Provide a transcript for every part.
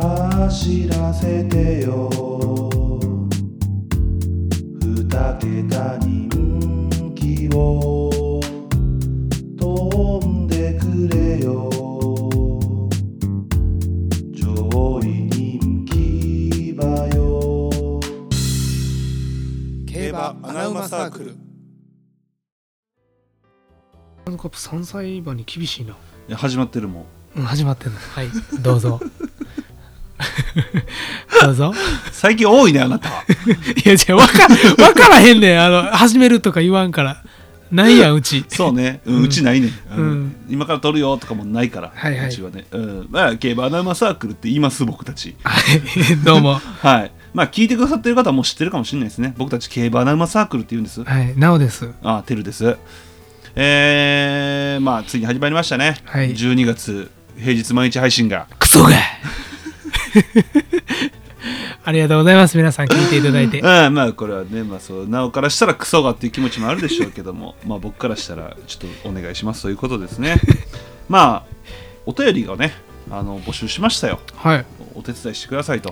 走らせてよ二桁人気を飛んでくれよ上位人気馬よ競馬アナウマサークルワールドカップ3歳馬に厳しいな。いや始まってるもんうん、始まってんの。はい、どうぞ。 どうぞ。最近多いねあな たいや、じゃわか、わからへんねん。あの、始めるとか言わんから。ないやん、うち。そうね、うんうちないね、あのうん今から撮るよとかもないから、はいはいうちはね、うん、まあ競馬アナウマサークルって言います僕たちはい、どうも。はいまあ聞いてくださってる方はもう知ってるかもしれないですね僕たち競馬アナウマサークルって言うんですはい、なおです。あてるですえー、まあついに始まりましたね、はい12月平日毎日配信がクソが ありがとうございます。皆さん、聞いていただいて。うんまあこれはねまあそうなおからしたらクソがっていう気持ちもあるでしょうけどもまあ僕からしたらちょっとお願いしますということです ねまあお便りをねあの募集しましたよはい。お手伝いしてくださいと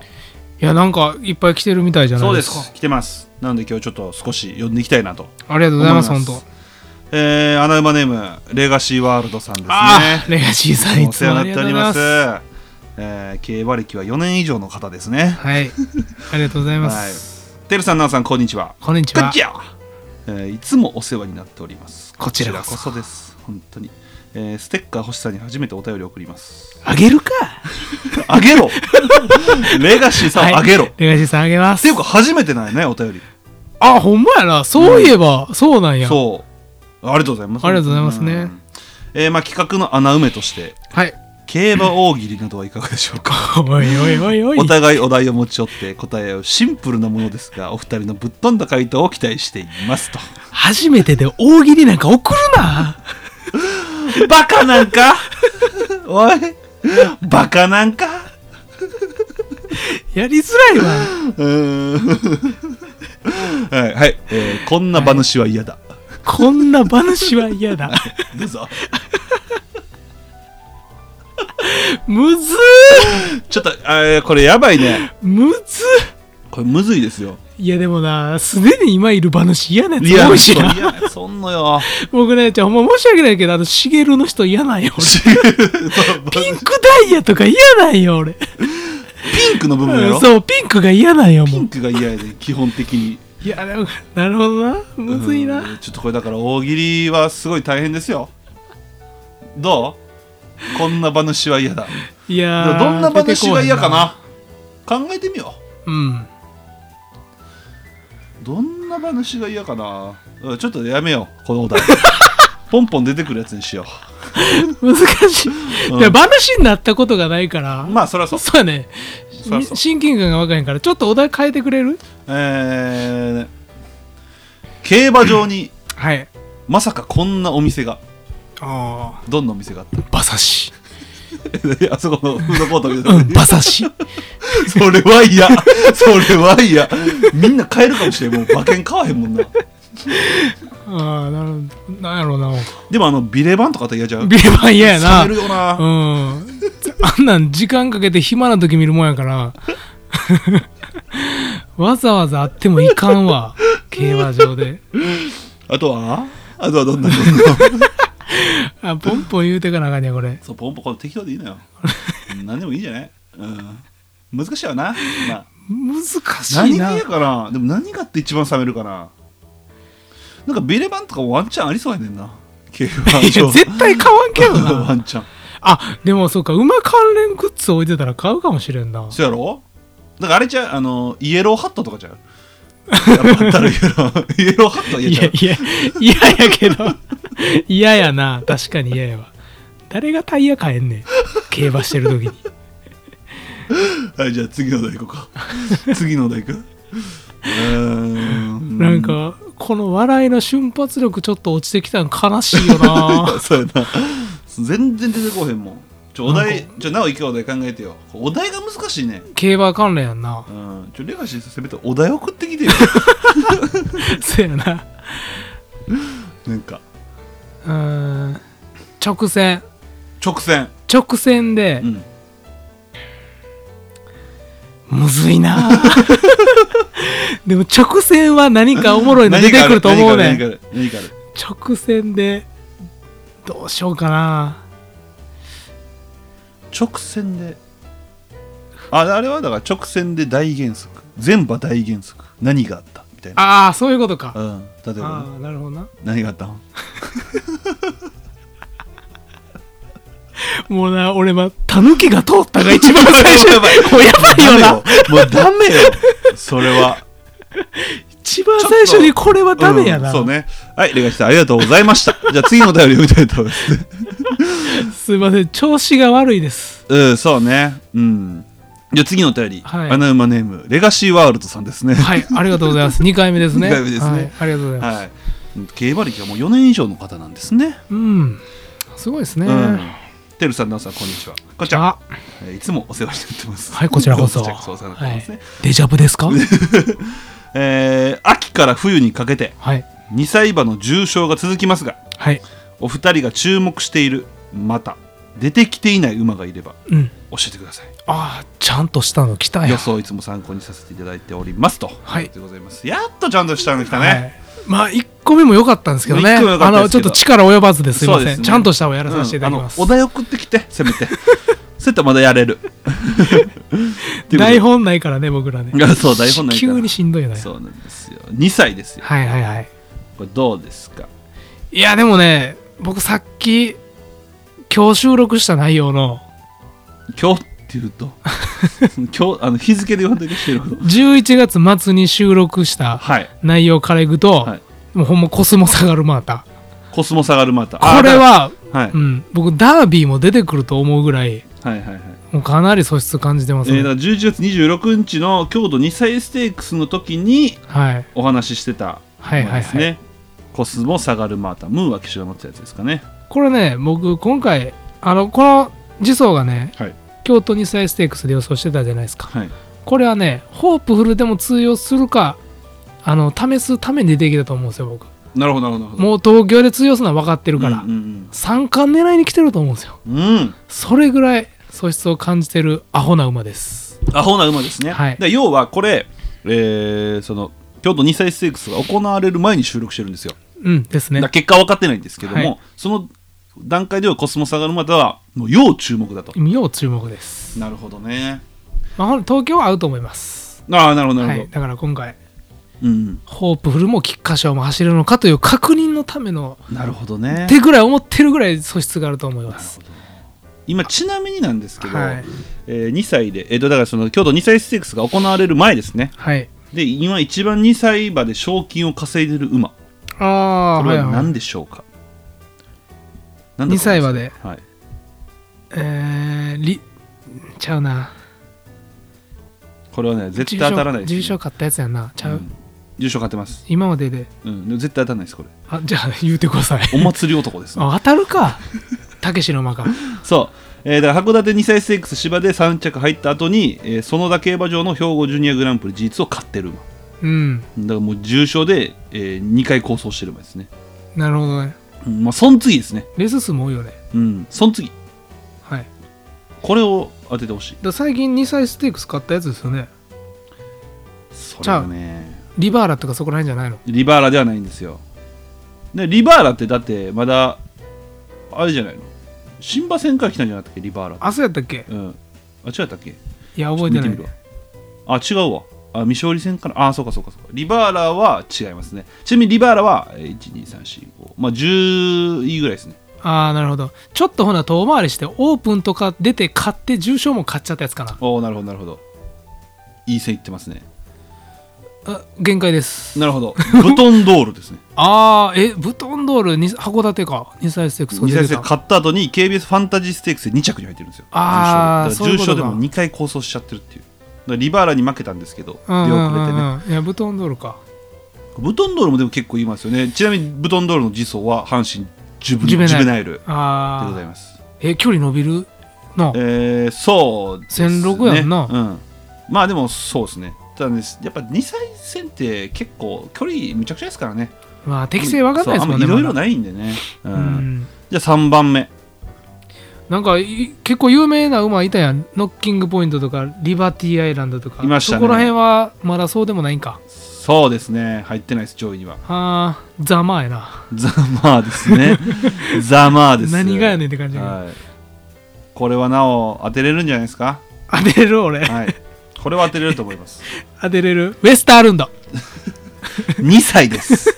いや、なんか、いっぱい来てるみたいじゃなそいうでですか。す来てますなので今日ちょっと少し読んでいきたいなとありがとうございます、思本います当。えー、アナウマネームレガシーワールドさんですねああ、レガシーさん、いおつ世話もあにりなっがてとおうりございまますす。えー、競馬歴は4年以上の方ですねはい、ありがとうございます。はいてるさんなおさんこんにちはこんにちは。こんにちはえーいつもお世話になっておりますこちらこそこそです本当に、えーステッカー欲しさに初めてお便りを送ります あげるかあげろ レガシーさんをあげろ、はいっレガシーさんあげますていうか初めてなんやねお便りあほんまやなそういえば、そうなんやそうありがとうございますありがとうございますねんえーまあ、企画の穴埋めとして はい競馬大喜利などはいかがでしょうかおいおいおいおいお互いお題を持ち寄って答えをシンプルなものですがお二人のぶっ飛んだ回答を期待していますと初めてで大喜利なんか送るな バカなんか おいバカなんか やりづらい わうーんはい、はいえーこんな馬主は嫌だ、こんな馬主は嫌 だどうぞむずちょっとあーこれやばいねーむずこれむずいですよーいやでもなすでに今いる馬主嫌なやついや多いしそうないやそんの よ僕ねじゃあほんま申し訳ないけどあのしげるの人嫌なんよ俺ピンクダイヤとか嫌なんよ 俺ピンクの部分やろそうピンクが嫌なんよピもンうクが嫌やで基本的にいやでもなるほどなむずいなうんちょっとこれだから大喜利はすごい大変ですよどうこんな馬主は嫌だいやーどんな馬主が嫌か出てな考えてみよこうへんなうどんな馬主が嫌かなうんちょっとやめようこのお題 ポンポン出てくるやつにしようん難しい、うんいや馬主になったことがないからうまあそりゃそうそうやねそらそうみ親近感が若いからちょっとお題変えてくれるえー、競馬場にはいまさかこんなお店がああどんなお店があっ馬刺した あそこのフードコートみたいな うん馬刺しそれは嫌それは嫌みんな買えるかもしれんもう馬券買わへんもんなああなるほどなんやろうなでもあのビレバンとかあって嫌じゃんビレバン嫌やな冷めるよな、うんあんなん時間かけて暇な時見るもんやから わざわざあってもいかんわ競馬場であとはあとはど んなあポンポン言うてかなあかんねやこれそうポンポンこれ適当でいい のよ何でもいいんじゃない、うん、難しいわな、まあ、難し何いなが嫌かなでも何がって一番冷めるかななんかビレバンとかもワンチャンありそうやねんな競馬いや場絶対買わんけど ワなンチャン あでもそうか馬関連グッズ置いてたら買うかもしれんなそうやろだからあれちゃうあのイエローハットとかちゃうやっぱあったらイエローイエローハットはい嫌ちゃやいうや嫌やや けど嫌やな確かに嫌やわ誰がタイヤ買えんねん競馬してる時にはいじゃあ次の題行こう か次の題行くうーんなんかこの笑いの瞬発力ちょっと落ちてきたん悲しいよ なそうやな全然出てこへんもんちょお題ちょなおいけお題考えてよお題が難しいね競馬関連やんなうんちょレガシーさんせめてお題送ってきてよ そうやななんかうーん直線直線直線で、うんむずいなあでも直線は何かおもろいの出何てかあくると思うね何かんある何かある何か直線でどうしようかなある直線でああれはだから直線で大原則全場大原則何があったみたいなああそういうことかうん例えば、あね、あなるほどな何があったのもうな俺はタヌキが通ったが一番最初 やばいもうやばいよなもうダメよそれは一番最初にこれは ダメやな、うんそうねはいレガシさんありがとうございま したじゃあ次のお便り読みたいと思いますすいません調子が悪いですうん、そうね。うん。じゃあ次のお便り、はいアナウマネーム、レガシーワールドさんですね。ははいありがとうございます2回目ですね二回目ですねはい、ありがとうございい。ます、うん競馬歴はもう4年以上の方なんですね。うんすごいですね、うん。てるさん、なおさん、こんにちは。こんにちは。あえーいつもお世話になってます。はいこちらこそお世話になってますね。はい、デジャブですか えー秋から冬にかけて、はい2歳馬の重傷が続きますが、はいお二人が注目している、また、出てきていない馬がいれば、うん教えてください。ああちゃんとしたの来たや予想いつも参考にさせていただいておりますと。はいでございます。やっとちゃんとしたの来たね。はいまあ1個目も良かったんですけどね一個目良かあったでのすちけょどっと力及ばずですいまそうせでん、すねちゃんとしたをやらさせていただきます、うんあのお題送ってきてせめて そういったらまだやれるということで台本ないからね僕らねいや そう台本ないから急にしんどいな そうなんですよ2歳ですよはいはいはいこれどうですかいやでもね僕さっき今日収録した内容の今日っていう と今日あの日付で言わんといてしてるほど11月末に収録したはい内容からいくと、はいもうほんまコスモサガルマータコスモサガルマータこれは、あはい、うん、僕ダービーも出てくると思うぐらいはいはいはいもうかなり素質感じてますえー、ね、だから11月26日の強度2歳ステークスの時にはいお話ししてたはいはいですはい、ね、コスモサガルマータムーは騎手が持ってたやつですかねこれね僕今回あのこの次走がね、はい京都2歳ステークスで予想してたじゃないですかはいこれはねホープフルでも通用するかあの試すために出てきたと思うんですよ僕なるほどなるほどなるほどもう東京で通用するのは分かってるから、うん三冠狙いに来てると思うんですようんうん、うんそれぐらい素質を感じてるアホな馬ですアホな馬ですね、はいで要はこれ、えーその京都2歳ステークスが行われる前に収録してるんですよ、うんですだねから結果は分かってないんですけども、はいその段階ではコスモサガルマタはもう要注目だと、要注目です、なるほどねまあ、ほん東京は合うと思いますああなるほどなはるほいど、だから今回うんホープフルも菊花賞も走れるのかという確認のためのなるほどねってぐらい思ってるぐらい素質があると思いなまるすほど今ちなみになんですけど、はいえ2歳で、えっとだからその京都2歳ステークスが行われる前ですねはいで今一番2歳馬で賞金を稼いでる馬ああこはれいはは何いでしょうか、なんだと思います二歳馬ではいえーりちゃうなこれはね絶対当たらないです、ね、重賞買ったやつやんなちゃう、うん重賞買ってます、今まででうん、でも絶対当たらないですこれあじゃあ言うてくださいお祭り男です、ね、 あ当たるかたけしの馬かそう、えーだから函館2歳ステークス芝で3着入った後に、えー園田競馬場の兵庫ジュニアグランプリ G2 を勝ってる馬うんだからもう重賞で、え2回構想してる馬ですね、なるほどねうん、まあそん次ですねレース数も多いよねうんそん次はいこれを当ててほしいだ最近2歳ステークス買ったやつですよねそれがねリバーラとかそこら辺じゃないのリバーラではないんですよでリバーラってだってまだあれじゃないの新馬戦から来たんじゃなかったっけリバーラってあそうやったっけうんあ違ったっけいや覚えてな見いみるわあ違うわあ未勝利戦かなあそうかそうかそうかリバーラは違いますねちなみにリバーラはえー12345まあ10位ぐらいですねああなるほどちょっとほな遠回りしてオープンとか出て買って重賞も買っちゃったやつかなおおなるほどなるほどいい線いってますねあ限界ですなる ほどブトンドールですねああえブトンドールに函館か2歳ステークス2出戦て戦た勝った後に KBS ファンタジーステークスで2着に入ってるんですよあー重賞でだから重賞でそういうこともか2回構想しちゃってるっていうだからリバーラに負けたんですけど出うんうん遅うれてねんうんいやブトンドールかブトンドールもでも結構言いますよねちなみにブトンドールの次走は阪神ジュブジジュベナイルュベナイルでごあざいあますえ距離伸びるのえー、そうですね1006やんなうん、まあでもそうですねただねやっぱ2歳戦って結構距離むちゃくちゃですからねまあ適性分かんないですもんねそうあまいろいろまだないんでね、うんうんじゃあ3番目なんかい結構有名な馬いたやんノッキングポイントとかリバティアイランドとかいましたねそこら辺はまだそうでもないんかそうですね入ってないです上位にはあーざまあやなざまあですねざまあです何がやねんって感じだけどはい、これはなお当てれるんじゃないですか当てれる俺はいこれは当てれると思います当てれるウェスタールンド2歳です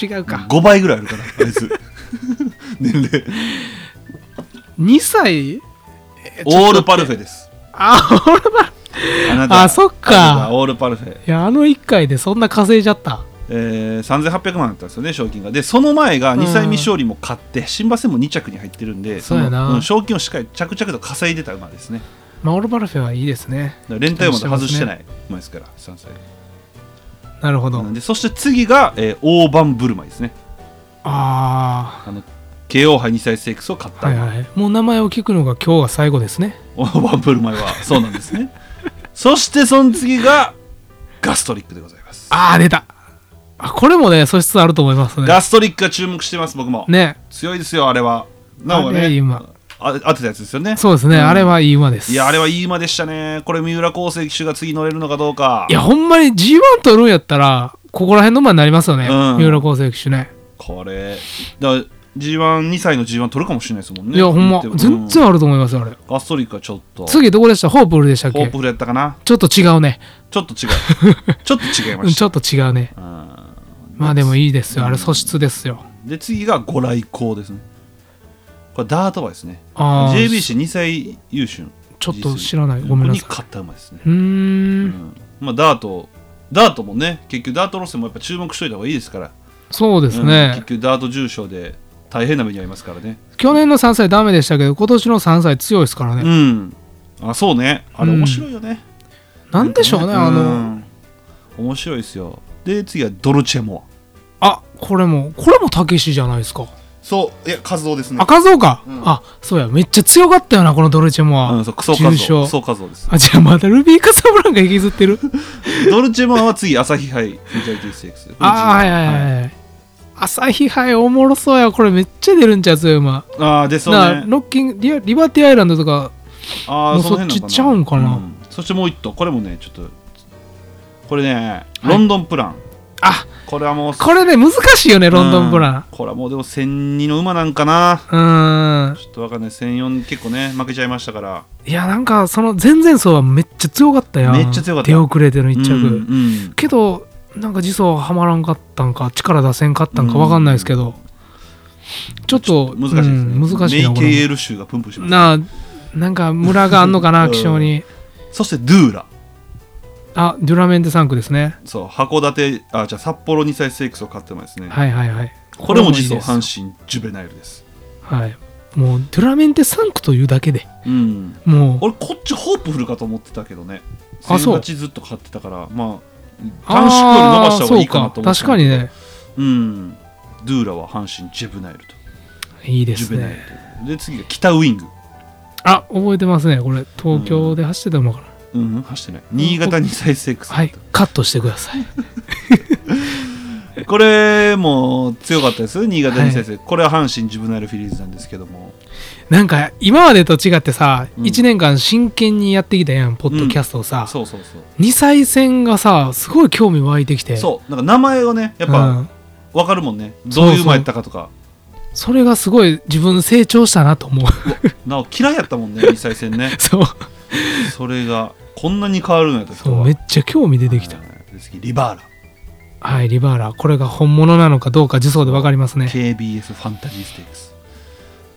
違うか5倍ぐらいあるからあ いつ年齢2歳えオールパルフェですあ俺はあなたあそっかあなたオールパルフェいやあの1回でそんな稼いじゃったえー、3800万だったんですよね賞金がでその前が2歳未勝利も勝って新馬戦も2着に入ってるんでそうやなのん賞金をしっかり着々と稼いでた馬ですねまあオルバルフェはいいですねだから連帯馬と外してない馬ですから3歳なるほど、なんでそして次が、えー、大盤振る舞いですねああの KO 杯2歳セックスを勝っあた、はいはいもう名前を聞くのが今日が最後ですね大盤振る舞いはそうなんですね そしてその次がガストリックでございますああ出たあこれもね素質あると思いますねガストリックが注目してます僕も、ね強いですよあれはなおがあれいいね馬あ当てたやつですよねそうですね、うんあれはいい馬ですいや、あれはいい馬でしたね。これ、三浦航生騎手が次乗れるのかどうかい。やほんまに G1 取るんやったらここら辺の馬になりますよね、うん三浦航生騎手ねこれ、だ G1、2歳の G1 取るかもしれないですもんね。いやほんま見ても全うん然あると思いますよあれガストリックはちょっと、次どこでしたホープフルでしたっホーけプフルやったかな。ちょっと違うねちょっと 違う。ちょっと違いまうんしちょた。っと違うねうんまあでもいいですよあれ素質ですよで、次がご来光ですね。これ、ダート馬ですね。ああ JBC2 歳優秀。ちょっと知らないごめんなこさこにい勝った馬ですね。うーうんんまあ、ダート、ダートもね、結局ダート路線もやっぱ注目しといた方がいいですから。そうですうんね結、局ダート重賞で大変な目に遭いますからね。去年の3歳ダメでしたけど今年の3歳強いですからね、うん。あ、そうね。あれうん面白いよね。なんでしょうね、あのうん。面白いですよ。で、次はドルチェモあこれもこれもたけしじゃないですかア。そう、いや、活動ですね。赤蔵か、うんあそうやめっちゃ強かったよなこのドルチェモア、うん、そう、クソ重活動。症クソ活動です。あじゃあまたルビーカサブランカ引きずってるドルチェモアは次、朝日杯、フジャイ TCX。あーはいはいはい、はい、朝日杯おもろそうやこれめっちゃ出るんちゃう強い馬あーで、そうなあね。ロッキングリアリバティアイランドとかあもーうその辺なのそっちちゃうんかなそしてもう一頭、これもね、ちょっと、これね、ロンドンプラン。あこれはもう、これね難しいよねロンドンブランうんこれはもう、でも、1002の馬なんかな。うーんちょっとわかんない1004結構ね負けちゃいましたからいやなんかその前々走はめっちゃ強かったやんめっちゃ強かった手遅れての一う着、んうんけどなんか自走はまらんかったんか力出せんかったんかわかんないですけど、ちょっと難しいですね、うん難しいなメイこケイれエール州がプンプンしましたなあなんかムラがあんのかうなん気象にそしてドゥーラあデュラメンテ3区ですねそう函館あじゃあ札幌2歳セイクスを勝ってますね、はいはいはいこれも実こ走れもいい阪で神ジュベナイルですすはいもうデュラメンテ3区というだけでうんもう俺こっちホープフルかと思ってたけどねあそう千八ずっと勝ってたからまあ短縮より伸ばした方がいいかなと思あーってそうか確たかんだにけどねうんドゥーラは阪神ジュベナイルといいでジュすベナイルねとで次が北ウイングあ覚えてますねこれ東京で走ってたのかな、うんうん走ってない新潟2歳セイクスはいカットしてくださいこれも強かったですよ新潟に先生、これは阪神ジブナイルフィリーズなんですけどもなんか今までと違ってさ、うん1年間真剣にやってきたやんポッドキャストをさ、そうそうそう2歳戦がさすごい興味湧いてきてそうなんか名前をねやっうぱん分かるもんね、そうどそうういう馬やったかとかそれがすごい自分成長したなと思う なお嫌いやったもんね二歳戦ねそうそれがこんなに変わるのやと人そうはめっちゃ興味出てきた、はいで次リバーラ、はいリバーラこれが本物なのかどうか自走で分かりますね KBS ファンタジーステークス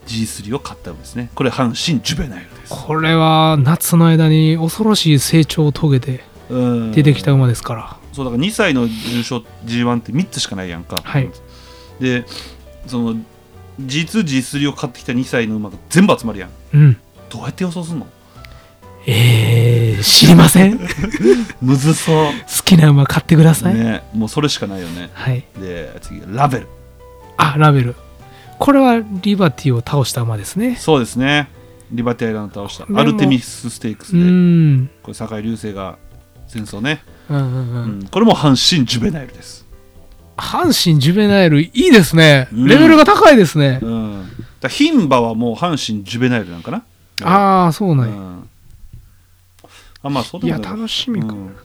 G3 を勝った馬ですねこれ阪神ジュベナイルですこれは夏の間に恐ろしい成長を遂げてうん出てきた馬ですから、そうだから2歳の重賞 G1 って3つしかないやんか、はいでその G2G3 を買ってきた2歳の馬が全部集まるやんうんどうやって予想すんのえー、知りません好むずそきな馬買ってくださうい、ねもうそれしかないよねはいで次ラベルあラベルこれはリバティを倒した馬ですねそうですねリバティアイランド倒したでもアルテミスステークスうで、んこれ酒井流星が戦争ね、うんうんううんん、これも阪神ジュベナイルです、阪神ジュベナイルいいですねうんレベルが高いですねうん、ら牝馬はもう阪神ジュベナイルなんかなああそううなんや、んあまあそういでやもない楽しみか、うん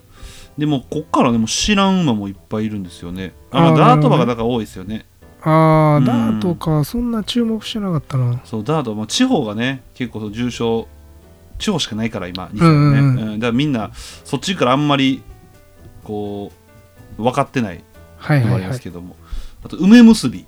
でもこっからねもう知らん馬もいっぱいいるんですよねあまああーダート馬がなるほどねだから多いですよねああ、うんダートかそんな注目してなかったなそうダート、まあ、地方がね結構その重症地方しかないから今日本ね、うんうんうんだからみんなそっちからあんまりこう分かってないはいのもはあいりはますいけども、あと梅結び、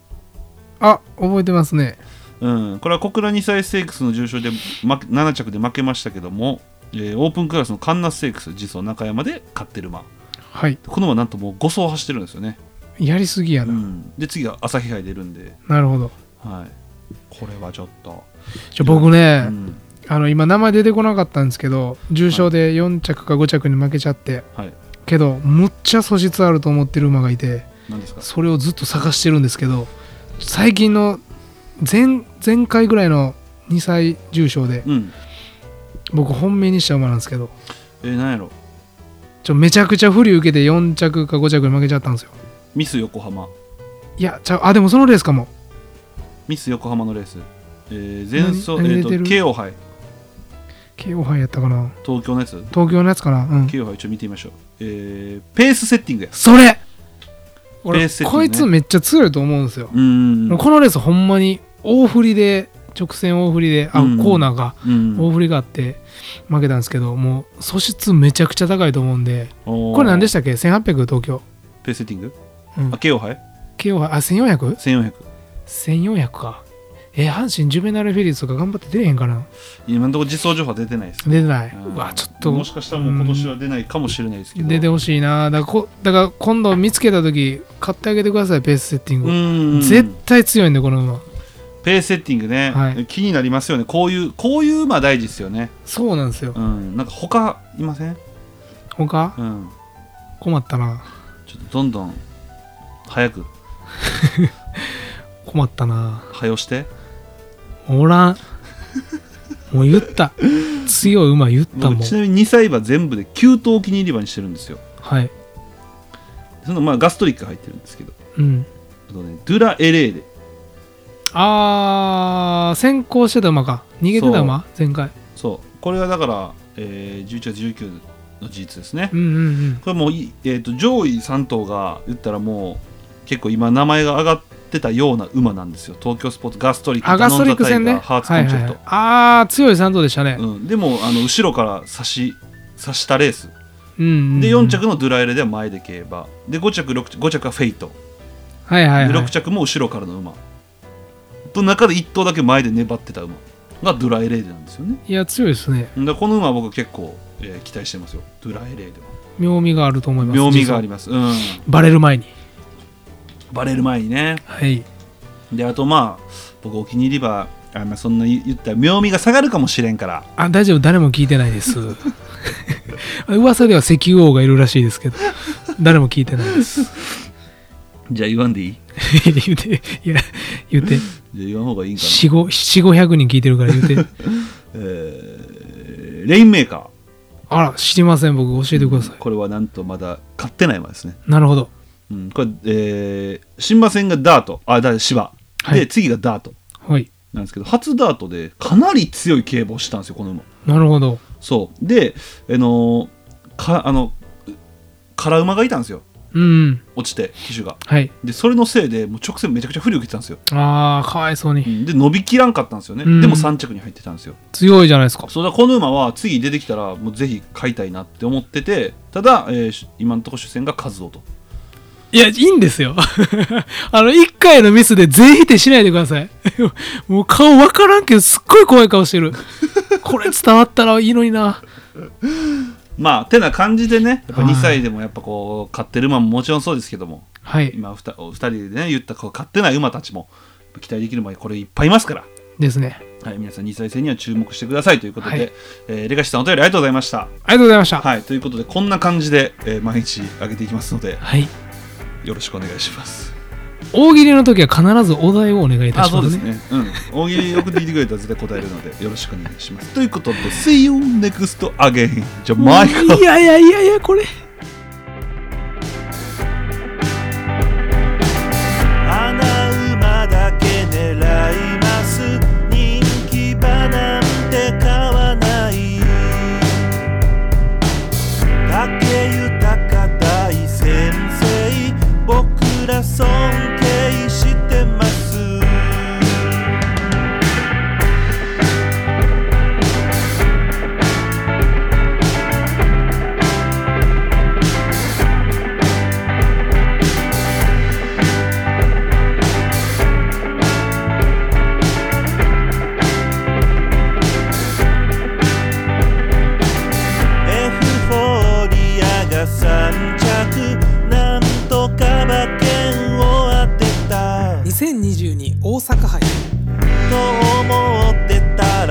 あ覚えてますねうん、これは小倉2歳ステークスの重賞で、ま、7着で負けましたけども、えーオープンクラスのカンナステークス実は中山で勝ってる馬はいこの馬なんともう5走走ってるんですよね、やりすぎやうな、ん、で次は朝日杯出るんで、なるほどはい、これはちょっと、じゃあ僕ね、うんあの今名前出てこなかったんですけど重賞で4着か5着に負けちゃってはいけどむっちゃ素質あると思ってる馬がいて何ですかそれをずっと探してるんですけど最近の前前回ぐらいの2歳重賞でうん僕本命にした馬なんですけどえー、何やろちょめちゃくちゃ不利受けて4着か5着に負けちゃったんですよミス横浜いやちゃうあでもそのレースかもミス横浜のレース、えー、前走、何え何出てー、ると慶応杯 KO 杯やったかな東京のやつ東京のやつかなうん慶応杯ちょっと見てみましょう、えー、ペースセッティングやそれレ俺ースセッティングこねいつめっちゃ強いと思うんですようーんこのレースほんまに大振りで直線大振りであうんコーナーがうん大振りがあって負けたんですけどもう素質めちゃくちゃ高いと思うんでこれ何でしたたっけ1800東京ペースセッティング、うんあ慶応杯 KO 杯あ 1400?1400 1400 1400かえー阪神ジュベナルフィリーズとか頑張って出れへんかな今のところ実装情報は出てないです出てな いううんわちょっともしかしたらもう今年は出ないかもしれないですけど出てほしいなだからこだから今度見つけた時買ってあげてくださいペースセッティンうグを、ーん絶対強いんでこの馬ペースセッティングね、はい気になりますよねこういうこういうまあ大事ですよねそうなんですようんなんか他いません他うん困ったなちょっとどんどん早く困ったな早押しておらんもう言った強い馬言ったもん僕ちなみに2歳馬全部で9頭お気に入り馬にしてるんですよはいそのまあガストリック入ってるんですけどうんあとねドゥラ・エレーデあー先行してた馬か逃げてた馬前回そうこれがだから、えー、11月19の G2 ですねうんうんうんこれもうい、えー、と上位3頭が言ったらもう結構今名前が上がってたような馬なんですよ東京スポーツガストリックアガストリックダノンザタイ戦ガねーハーツコンチェルト、はいはいはい、あー強い3頭でしたね、うん、でもあの後ろから差し差したレースうんうんうんで4着のドゥラエレでは前で競馬で5着6着5着はフェイトはいはい、はい、 6着も後ろからの馬と中で1頭だけ前で粘ってた馬がドゥラエレーデなんですよねいや強いですねだからこの馬は僕結構、えー期待してますよドゥラエレーデは妙味があると思います妙味がありますうんバレる前にバレる前にねはいであとまあ僕お気に入り馬あまあそんな言ったら妙味が下がるかもしれんからあ大丈夫誰も聞いてないです 噂では石油王がいるらしいですけど誰も聞いてないですじゃあ言わんでいい言うていや言うてじゃあ言わん方がいいんかな、 4500人聞いてるから言うて えーレインメーカあら知りません僕教えてくださーこれはなんとまだ買ってない馬ですね、いなるほどうん、これ、えー新馬戦がダートあだ芝で、はい次がダートはいなんですけど初ダートでかなり強い競馬をしたんですよこの馬なるほどそうであのーかあの空馬がいたんですようん落ちて騎手がはいでそれのせいでもう直線めちゃくちゃ不利を受けてたんですよ、あーかわいそううにんで伸びきらんかったんですよね、うんでも3着に入ってたんですよ強いじゃないですかそうだこの馬は次出てきたらもうぜひ買いたいなって思っててただ、えーし今のところ主戦がカズオといやいいんですよ あの1回のミスで全否定しないでください もう顔わからんけどすっごい怖い顔し てるこれ伝わったらいいのになまあてな感じでねやっぱはい2歳でもやっぱこう買ってる馬ももちろんそうですけどもはい今 2, 人でね言ったこう買ってない馬たちも期待できる馬がこれいっぱいいますからですねはい、皆さん2歳戦には注目してくださいということで、はいえーレガシーさんお便りありがとうございました。ありがとうございましたはい、ということでこんな感じで、えー毎日上げていきますのではいよろしくお願いします。大喜利の時は必ずお題をお願いいたあしそまうですすねね。うん、大喜利送ってきてくれたら絶対答えるのでよろしくお願いします。ということで See you next again! じゃあマイクいやいやいやいやこれ「穴馬だけ狙います」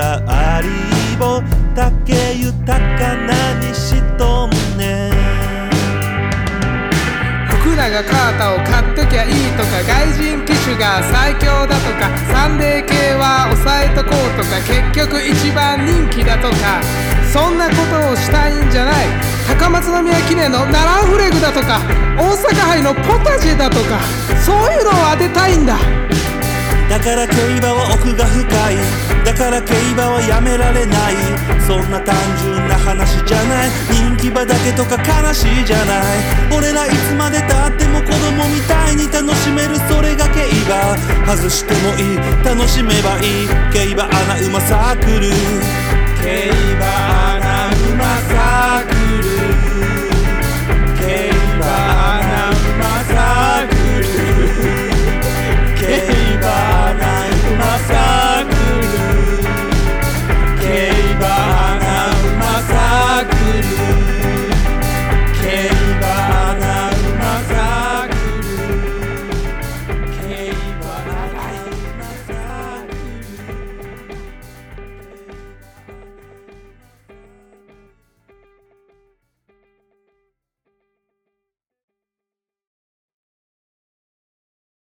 歩だけ豊かなにしとんね福永カータを買っときゃいいとか外人機種が最強だとかサンデー系は抑えとこうとか結局一番人気だとかそんなことをしたいんじゃない高松宮記念の奈良フレグだとか大阪杯のポタジェだとかそういうのを当てたいんだだから競馬は奥が深いだから競馬はやめられないそんな単純な話じゃない人気馬だけとか悲しいじゃない俺らいつまでたっても子供みたいに楽しめるそれが競馬外してもいい楽しめばいい競馬アナウマサークル